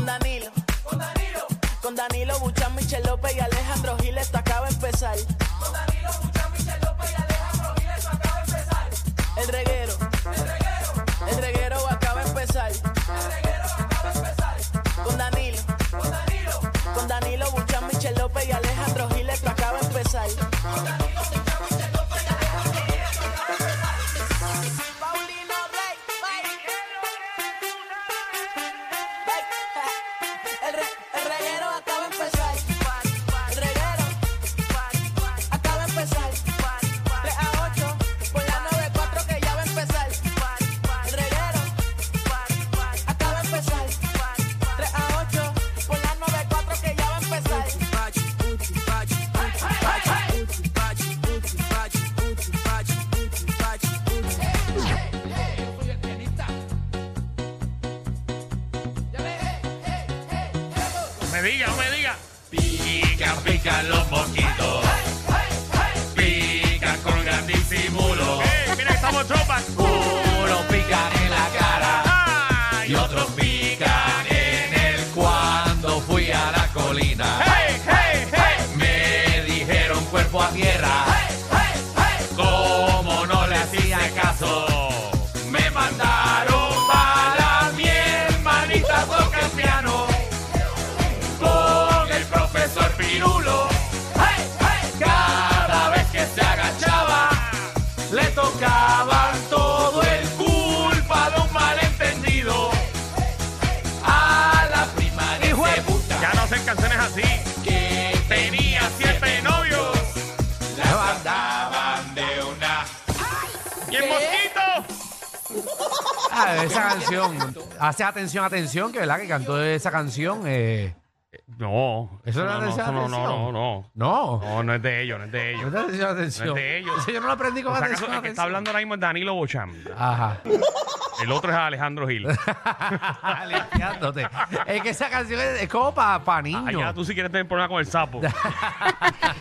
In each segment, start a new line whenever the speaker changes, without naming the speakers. Danilo. Con Danilo. Con Danilo Buchan, Michel López y Alejandro Gil, esto acaba de empezar. Con Danilo Buchan, Michel López y Alejandro Gil, esto acaba de empezar. El reguero. El reguero. El reguero acaba de empezar. El reguero acaba de empezar. Con Danilo. Con Danilo. Con Danilo Buchan, Michel López y Alejandro Gil, esto acaba de empezar. Con Danilo Buchan, Michel López y Alejandro Gil, esto acaba de empezar. Paulino Rey. El, re, el reguero acaba de empezar. El reguero acaba de empezar. 3 a 8 por la 94 que ya va a empezar. El reguero acaba de empezar. 3 a 8 por la 94 que ya va a empezar.
No me diga, no me diga.
Pica, pica los mosquitos. Pica con gran disimulo.
¡Eh! Mira, que estamos tropas. Ah,
Uno pica en la cara
¡Ay!
y otro pica en el cuando fui a la colina.
¡Hey, hey, hey!
Me dijeron cuerpo a tierra. Como no le hacía caso, me mandaron para mi hermanita toca el piano. Con el profesor Pirulo, cada vez que se agachaba, le tocaban todo el culpa de un malentendido. A la primaria se puta
Ya no hacen canciones así.
que
Tenía siete novios.
la mandaban de una.
¿Y el mosquito?
Ah, esa canción. Hace atención, atención, que verdad que cantó esa canción. Eh,
No.
¿Eso no
no,
era
no,
de esa
eso no,
atención?
no, no, no.
no.
No, no es de ellos, no es de
No
ellos.
es atención, atención.
No es de ellos.
Eso yo no lo aprendí con
Por si acaso,
atención,
el que está
atención.
hablando ahora mismo es Danilo Bocham.
Ajá.
El otro es Alejandro Gil.
Limpiándote. Es que esa canción es, es como para niños.
Allá tú si quieres tener problema con el sapo.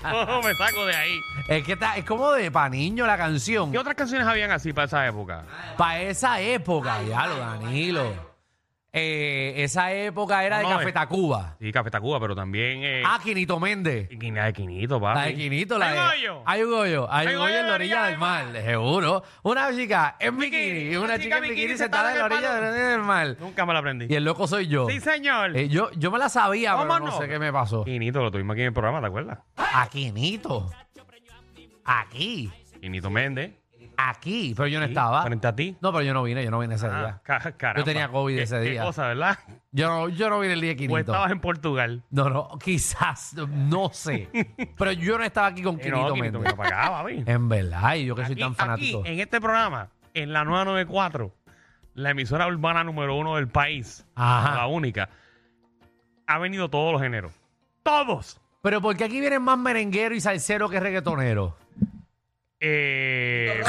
No, me saco de ahí.
Es que está, es como de para niños la canción.
¿Qué otras canciones habían así para esa época?
Para esa época, ya lo Danilo. Eh, esa época era
No,
de
no,
Café
es-
Tacuba.
Sí, Café Tacuba, pero también... Eh,
Ah, Quinito Méndez.
La de Quinito, papi.
La de Quinito, la
Hay
de-
un hoyo.
Hay un hoyo. Hay un hoyo en la orilla del mar, seguro. Una chica en bikini.
Bikini.
Una chica en bikini sentada en la orilla
palo.
del mar.
Nunca me la aprendí.
Y el loco soy yo.
Sí, señor.
Eh, yo, yo me la sabía,
¿Cómo
pero no,
no?
sé qué me pasó.
Quinito, lo tuvimos aquí en el programa, ¿te acuerdas?
A Quinito. Aquí.
Quinito Méndez,
Aquí. Pero yo no estaba.
frente a ti.
No, pero yo no vine. Yo no vine ese
Ah,
día.
ca- caramba.
Yo tenía COVID
Qué-
ese
qué
día.
cosa, ¿verdad?
Yo no, yo no vine el día de Quinito.
Pues estabas en Portugal.
No, no, quizás, no sé. Pero yo no estaba aquí con
Eh, no,
Quinito
Quinito,
Méndez.
mira para acá, papi.
En verdad, y yo que soy
Aquí-
tan fanático.
Aquí, en este programa, en la 994, la emisora urbana número uno del país,
Ajá.
la única, ha venido todos los géneros. ¡Todos!
Pero porque aquí vienen más merenguero y salsero que reggaetonero.
Eh,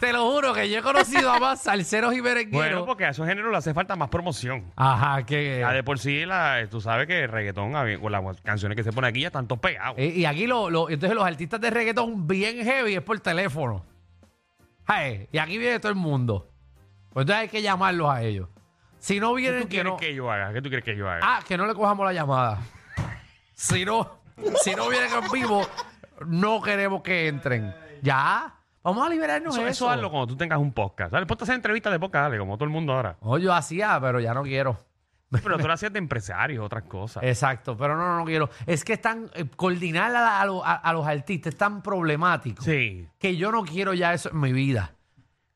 Te lo juro que yo he conocido a más salseros y merengueros.
bueno, porque a esos géneros le hace falta más promoción.
Ajá, que.
Ya de por sí, la, tú sabes que el reggaetón, había- con las canciones que se ponen aquí, ya están todos pegados.
Eh, Y aquí lo, lo- entonces los artistas de reggaetón bien heavy es por teléfono. Ay, y aquí viene todo el mundo. Pues entonces hay que llamarlos a ellos. Si no
¿Qué
vienen,
tú
que
quieres
no.
que yo haga? ¿Qué tú quieres que yo haga?
Ah, que no le cojamos la llamada. Si no, si no vienen en vivo, no queremos que entren. Ya, vamos a liberarnos
eso,
de
eso
eso.
hazlo cuando tú tengas un podcast. Dale, ponte a hacer entrevistas de podcast, dale, como todo el mundo ahora.
No, yo hacía, pero ya no quiero.
Pero tú lo hacías de empresarios, otras cosas.
Exacto, pero no, no, no quiero. Es que están eh, coordinar a, la- a lo- a- a los artistas es tan problemático
Sí.
que yo no quiero ya eso en mi vida.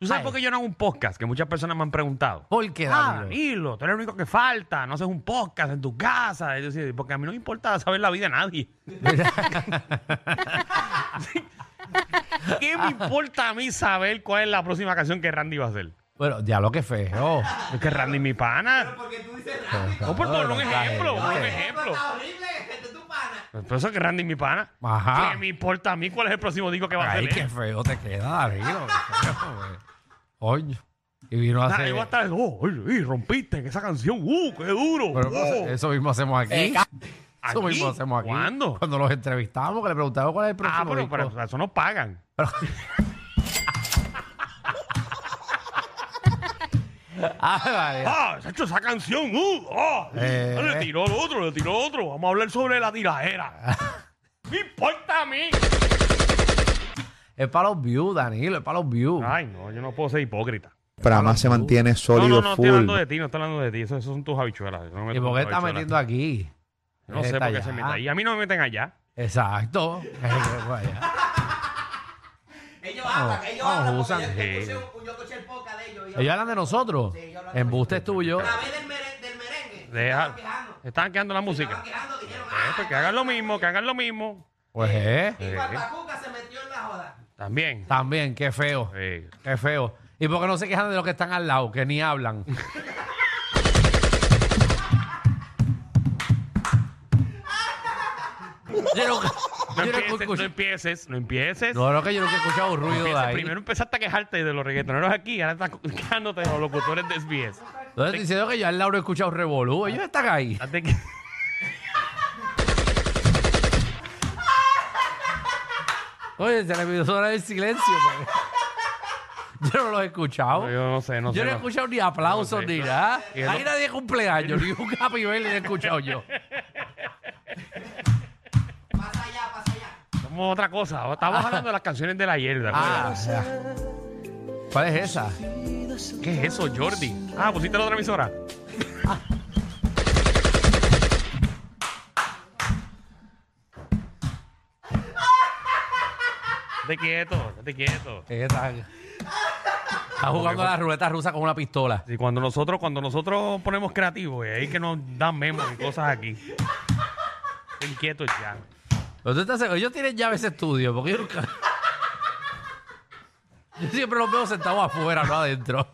¿Tú sabes
Ay.
por qué yo no hago un podcast? Que muchas personas me han preguntado.
¿Por qué,
Ah,
Danilo?
Danilo, tú eres el único que falta. No haces un podcast en tu casa. Y yo decía, porque a mí no me importa saber la vida de nadie. ¿Qué me importa a mí saber cuál es la próxima canción que Randy va a hacer?
Bueno, ya lo que feo.
Es que Randy es mi pana. No, por por un ejemplo, por un ejemplo. Pues Por eso que Randy es mi pana.
Ajá.
¿Qué me importa a mí cuál es el próximo disco que va a
Ah. Ay,
hacer? ¿eh?
qué
él?
feo te queda, Danilo. qué feo, güey. Coño. Y vino a
Nah,
hacer.
yo voy a estar, oh, uy, uy, rompiste en esa canción, uh, qué duro.
Pero pues,
oh".
eso mismo hacemos aquí. Eso
¿Aquí?
mismo hacemos aquí.
¿Cuándo?
Cuando los entrevistamos, que le preguntamos cuál es el próximo
ah, pero
disco.
para para eso no pagan.
Ay, María.
¡Ah! Se ha hecho esa canción. ¡Uh! ¡Ah!
Eh.
Ah, Le tiró el otro, le tiró el otro. Vamos a hablar sobre la tiradera. ¡Me importa a mí!
Es para los views, Danilo, es para los views.
Ay, no, yo no puedo ser hipócrita.
Pero además se mantiene
No,
sólido,
no, no, estoy
full.
hablando de ti, no estoy hablando de ti. Eso- Esas son tus habichuelas. Yo no
¿Y
meto
por qué
tus
está
habichuelas.
metiendo aquí?
No sé
Eh, Está
por qué se
allá.
mete ahí. A mí no me meten allá.
Exacto. Eh,
Ellos hablan,
Ah,
ellos
vamos,
hablan. porque
usan,
yo- yo
sí.
escuché un- Yo escuché el podcast de ellos. y
Ellos hablan de nosotros.
Sí, ellos hablan de
Embuste es tuyo.
La vez del, mere- del merengue. se
Deja.
estaban quejando.
Están quedando la
Se estaban
música.
quejando, dijeron,
Eh,
"Ah",
pues que hagan lo mismo, que hagan lo mismo.
Pues eh.
Y Barbacuca se metió en la joda.
También.
También, qué feo.
Eh,
Qué feo. ¿Y por qué no se quejan de los que están al lado, que ni hablan? yo nunca,
No,
yo nunca
empieces, no
escuché-
empieces, no empieces.
No, no, que yo nunca he escuchado un
No
ruido de
empieces.
ahí.
Primero empezaste a quejarte de los reggaetoneros aquí, y ahora estás quejándote de los locutores de SBS.
No estoy diciendo que yo al lado no he escuchado revolú. Ellos están ahí.
Hazte que-
Oye, se le pidió sonar el silencio. porque- Yo no los he escuchado.
No, yo no sé, no sé.
yo no he
no-
escuchado ni aplausos
No sé.
ni nada.
Y el-
Aquí nadie de cumpleaños, ni un happy birthday he escuchado yo.
Pasa allá, pasa allá.
Somos otra cosa. Estamos hablando de las canciones de la hierba.
Ah, o sea. ¿Cuál es esa?
¿Qué es eso, Jordi? Ah, pusiste la otra emisora. Ah. Estate quieto, estate quieto.
¿Qué Está Está jugando a
pues-
la ruleta rusa con una pistola.
Sí, cuando nosotros, cuando nosotros ponemos creativos, es ahí que nos dan memos y cosas aquí. Estén quietos ya.
Pero tú estás seguro, ellos tienen llave ese estudio, porque yo nunca... Yo siempre los veo sentados afuera, no adentro.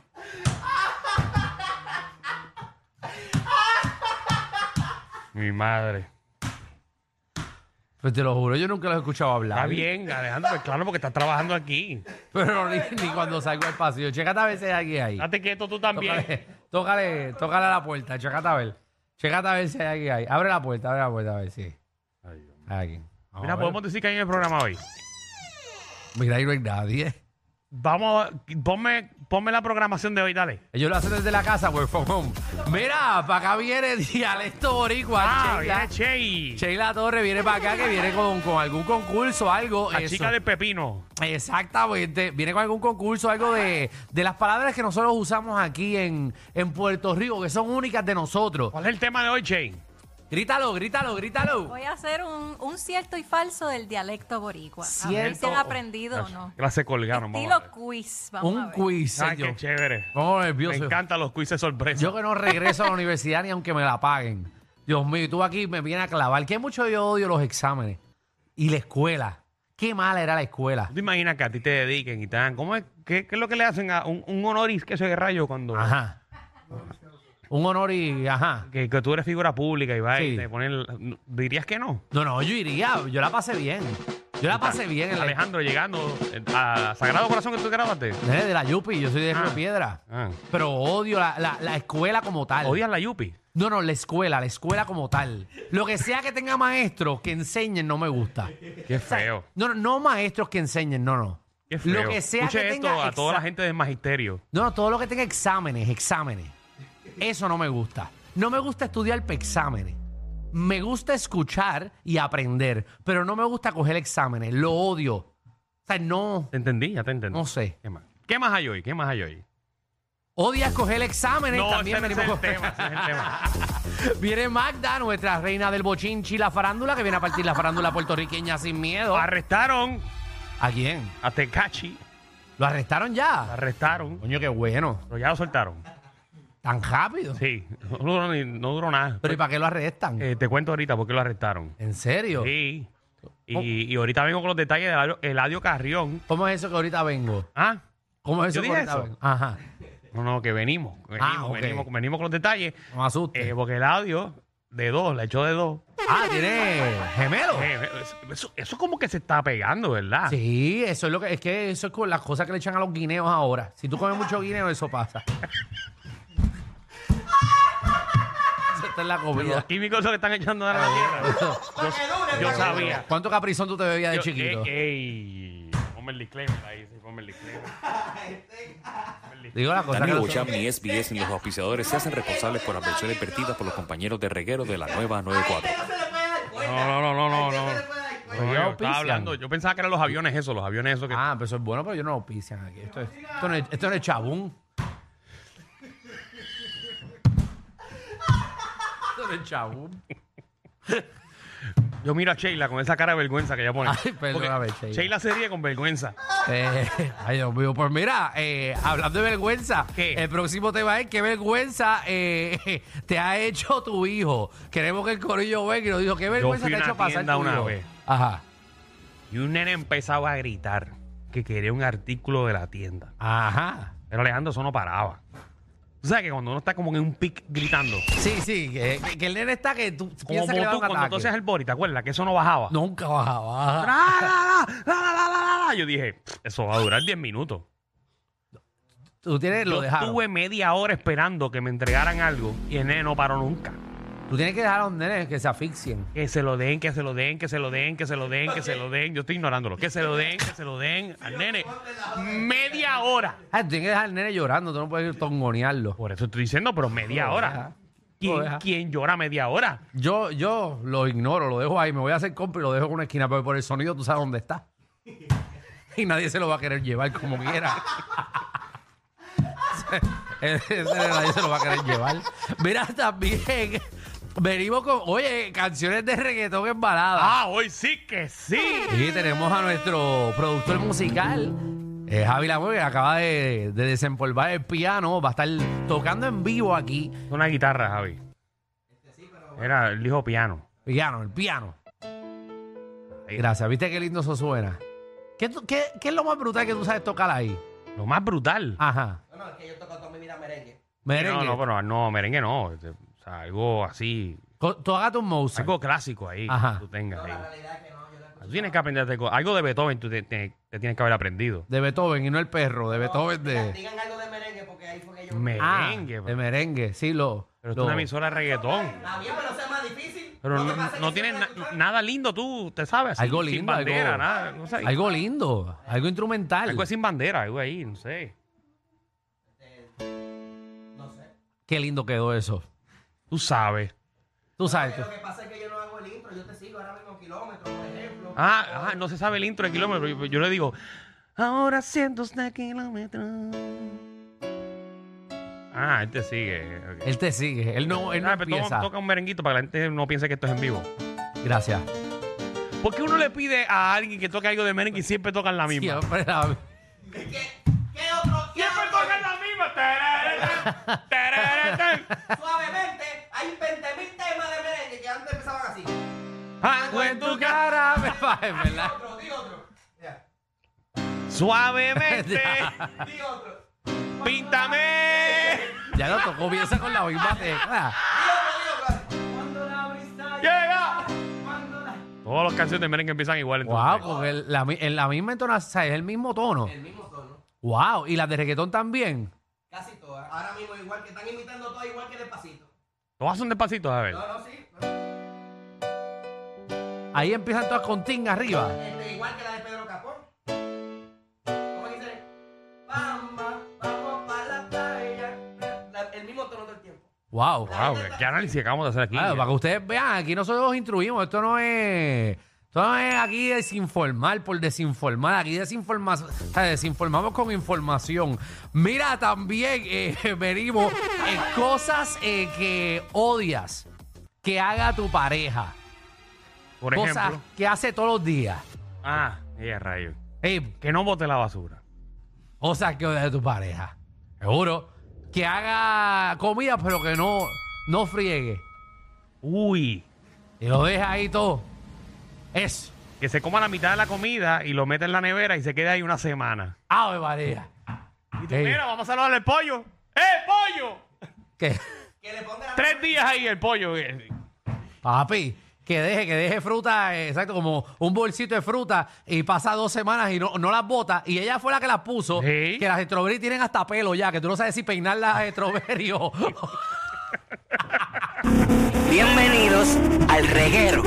Mi madre.
Pues te lo juro, yo nunca los he escuchado hablar.
Está bien, Alejandro, pues claro, porque estás trabajando aquí.
Pero ni, ni cuando salgo al pasillo. Checate a veces alguien ahí.
Estate quieto tú también.
Tócale, tócale, tócale a la puerta, checate a ver. Checate a ver si hay alguien ahí. Abre la puerta, abre la puerta a ver si
Ay, Dios mío.
hay alguien. Vamos a
Mira,
ver.
podemos decir que hay en el programa hoy.
Mira, ahí no hay nadie.
Vamos, a- ponme, ponme la programación de hoy, dale.
Ellos lo hacen desde la casa, work from home. Mira, para acá viene Dialecto Boricua.
Ah,
Sheila.
viene Chey.
Sheila Torres viene para acá, que viene con, con algún concurso, algo.
La
eso.
chica del pepino.
Exactamente. Viene con algún concurso, algo de, de las palabras que nosotros usamos aquí en, en Puerto Rico, que son únicas de nosotros.
¿Cuál es el tema de hoy, Chey?
Grítalo, grítalo, grítalo.
Voy a hacer un, un cierto y falso del dialecto boricua. A ver si
Cierto.
han aprendido o no.
Gracias, colgaron. vamos a
Estilo
ver.
quiz. Vamos a
Un
ver.
quiz,
Ay,
señor.
qué chévere.
Vamos
Me
nervioso.
encantan los quizzes sorpresa.
Yo que no regreso a la universidad ni aunque me la paguen. Dios mío, y tú aquí me vienes a clavar. Que mucho yo odio los exámenes y la escuela. Qué mala era la escuela.
¿Tú te imaginas que a ti te dediquen y te dan? ¿Cómo es? ¿Qué, qué es lo que le hacen a un, un honoris que se rayo cuando...
Ajá. Un honor y ajá.
Que, que tú eres figura pública y va y
Sí.
te ponen... la- ¿Dirías que no?
No, no, yo iría. Yo la pasé bien. Yo la pasé bien en la
Alejandro, llegando eh, a Sagrado Corazón que tú grabaste.
Nene, de la Yupi, yo soy de Río
Ah.
Piedra.
Ah.
Pero odio la, la- la escuela como tal.
¿Odias la Yupi?
No, no, la escuela, la escuela como tal. Lo que sea que tenga maestros que enseñen no me gusta.
Qué feo.
No, no, no maestros que enseñen, no, no.
Qué feo.
Lo que sea
Escuche
que
esto
tenga
a toda
exa-
la gente del magisterio.
No, no, todo lo que tenga exámenes, exámenes. Eso no me gusta. No me gusta estudiar para exámenes. Me gusta escuchar y aprender, pero no me gusta coger exámenes. Lo odio. O sea, no.
Te entendí, ya te entendí.
No sé.
¿Qué más? ¿Qué más hay hoy? ¿Qué más hay hoy?
Odias coger exámenes.
No,
También
ese no es
venimos
el
con-
tema, ese es el tema.
Viene Magda, nuestra reina del bochinchi, la farándula, que viene a partir la farándula puertorriqueña sin miedo.
Arrestaron
¿A quién?
a Tecachi.
¿Lo arrestaron ya?
Arrestaron.
Coño, qué bueno.
Pero ya lo soltaron.
Tan rápido.
Sí. No duró, ni- no duró nada.
¿Pero y para qué lo arrestan?
Eh, te cuento ahorita por qué lo arrestaron.
¿En serio?
Sí.
Oh.
Y, y ahorita vengo con los detalles de Eladio- Eladio Carrión.
¿Cómo es eso que ahorita vengo?
¿Ah?
¿Cómo es
¿Yo
eso que
dije eso?
ahorita vengo? Ajá.
No, no, que venimos. Venimos,
Ah, ok.
venimos, venimos con los detalles.
No me asustes.
Eh, porque Eladio, de dos, la echó de dos.
ah, tiene gemelo.
Eh, ah. eso, eso como que se está pegando, ¿verdad?
Sí, eso es lo que es que eso es con las cosas que le echan a los guineos ahora. Si tú comes mucho guineo, eso pasa. eso está en la
Los
comida.
químicos esos que están echando a la
Ah.
tierra. Yo sabía.
¿Cuánto caprizón tú te bebías de
Yo- eh,
chiquito?
Ey, ey. Ponme el disclaimer ahí, sí, ponme el disclaimer. Ponme el
Digo las cosas que
Danilo
no
Bocham
son.
y SBS y los auspiciadores se hacen responsables por las versiones vertidas por los compañeros de reguero de la nueva 94.
no se le puede dar cuenta.
No, no, no, no,
A este
no.
se le puede dar cuenta.
No,
Pero ya
yo
auspician.
estaba hablando, yo pensaba que eran los aviones esos, los aviones esos que.
Ah, pero eso es bueno, pero yo no lo auspician aquí. Esto, es- esto no, es, esto no es chabún. esto no es chabún.
Yo miro a Sheila con esa cara de vergüenza que ella pone.
Ay, perdóname,
Porque
Sheila.
Sheila se ríe con vergüenza.
Eh, ay, Dios mío. Pues mira, eh, hablando de vergüenza,
¿Qué?
el próximo tema es qué vergüenza eh, te ha hecho tu hijo. Queremos que el corillo venga y nos dijo qué vergüenza
fui
te
a
ha
una
hecho pasar
tienda
tu
una
hijo.
vez.
Ajá.
Y un nene empezaba a gritar que quería un artículo de la tienda.
Ajá.
Pero Alejandro, eso no paraba. Tú sabes que cuando uno está como en un pic gritando,
Sí, sí, que, que- que el nene está que tú
como
piensas que le va a
tú
dar
cuando
un
tú
ataque.
hacías el body, ¿te acuerdas? Que eso no bajaba.
Nunca bajaba.
Tra, la, la, la, la, la, la, la. Yo dije, eso va a durar 10 minutos.
Tú tienes, lo
Yo
dejaron.
estuve media hora esperando que me entregaran algo y el nene no paró nunca.
Tú tienes que dejar a los nenes que se asfixien.
Que se lo den, que se lo den, que se lo den, que se lo den, que se lo den. Yo estoy ignorándolo. Que se lo den, que se lo den al nene. Media hora.
Ah, tú tienes que dejar al nene llorando, tú no puedes ir tongonearlo.
Por eso estoy diciendo, pero media
Lo
hora.
deja, lo
¿Quién,
deja.
quién llora media hora?
Yo, yo lo ignoro, lo dejo ahí, me voy a hacer compra y lo dejo en una esquina, pero por el sonido tú sabes dónde está. Y nadie se lo va a querer llevar como quiera. Ese- ese nadie se lo va a querer llevar. Mira, también venimos con, oye, canciones de reggaetón en balada.
Ah, hoy sí que sí.
Y tenemos a nuestro productor musical, eh, Javi Lamuel, que acaba de, de desempolvar el piano. Va a estar tocando en vivo aquí.
Una guitarra, Javi. Era, él dijo piano.
Piano, el piano.
Ahí.
Gracias. ¿Viste qué lindo eso suena? ¿Qué, tú- qué- qué es lo más brutal que tú sabes tocar ahí?
Lo más brutal.
Ajá.
No, no, es que yo toco toda mi vida merengue.
Ah, Merengue.
no, no, pero no, merengue no. Este, O sea, algo así.
Co- Tú hagas un Mozart.
Algo clásico ahí
Ajá.
que tú tengas.
No,
ahí.
la realidad es que no, yo la escucho.
Tú tienes que aprenderte co- algo de Beethoven, tú te, te- te tienes que haber aprendido.
De Beethoven y no el perro. De Beethoven
eh.
Digan,
de...
digan algo de merengue porque ahí fue que yo.
Ah,
Merengue,
de
pero,
merengue. Sí, lo...
pero es
lo-
una emisora de reggaetón.
Está bien, pero sea más difícil.
Pero
Lo que
no,
pasa es
no
que
tienes
siempre
na-
escuchar-
nada lindo, tú, te sabes.
Algo
sin, sin
lindo, algo-
bandera, nada. No sé.
Algo lindo. Algo instrumental.
Algo sin bandera, algo ahí, no sé.
No sé.
Qué lindo quedó eso.
Tú sabes.
Tú sabes. tú-
Lo que pasa es que yo no hago el intro, yo te sigo ahora mismo kilómetros, por ejemplo.
Ah, ah, no se sabe el intro de kilómetro. Yo, yo le digo, ahora cientos de kilómetros. Ah, él te sigue. ok.
Él te sigue. Él no, él no
Ah, pero
empieza.
toma- toca un merenguito para que la gente no piense que esto es en vivo.
Gracias.
¿Por qué uno le pide a alguien que toque algo de merengue y siempre tocan la misma?
Siempre la-
¿Qué, qué otro? ¿Qué
Siempre
otro?
tocan la misma. Tararara, tararara.
Suavemente, hay 20.000 temas de merengue que antes empezaban así.
Algo en tu cara.
cara me va, en verdad.
Otro, di otro. Ya.
Suavemente.
Di otro.
Píntame.
Ya lo tocó bien esa con la misma tecla.
Cuando la brisa
Llega.
cuando la.
Todas las canciones de merengue empiezan igual.
Wow,
Entonces.
porque el- la, mi- en la misma entonación, o sea, es el mismo tono.
El mismo tono.
Wow, y las de reggaetón también.
Casi todas. Ahora mismo igual que están imitando todas igual que despacito.
Todas son despacitos, a ver.
No, no, sí.
Ahí empiezan todas con ting arriba.
Este, igual que la de Pedro Capón. ¿Cómo dice? Vamos, vamos para la playa. La- el mismo tono del tiempo.
Wow.
Wow, qué- qué análisis acabamos de hacer
Ah,
aquí.
Claro, para que ustedes vean, aquí nosotros los instruimos. Esto no es. Esto no es aquí desinformar por desinformar. Aquí desinforma, o sea, desinformamos con información. Mira, también eh, venimos eh, cosas eh, que odias que haga tu pareja.
Por
cosas
ejemplo.
que hace todos los días. Eh,
Ah, ella rayo.
Ey,
Que no bote la basura.
cosas que odias de tu pareja. Seguro. Que haga comida, pero que no, no friegue.
Uy.
Y lo deja ahí todo. Eso.
Que se coma la mitad de la comida y lo mete en la nevera y se quede ahí una semana.
Ave María.
Y tú,
Ey.
mira, vamos a saludar el pollo. ¡Eh, pollo!
Que,
Que le pongan la
Tres días ahí el pollo. eh.
papi, que deje, que deje fruta, eh, exacto, como un bolsito de fruta y pasa dos semanas y no, no las bota. Y ella fue la que las puso.
Sí.
Que las strawberry tienen hasta pelo ya, que tú no sabes si peinar las strawberry o.
Bienvenidos al reguero.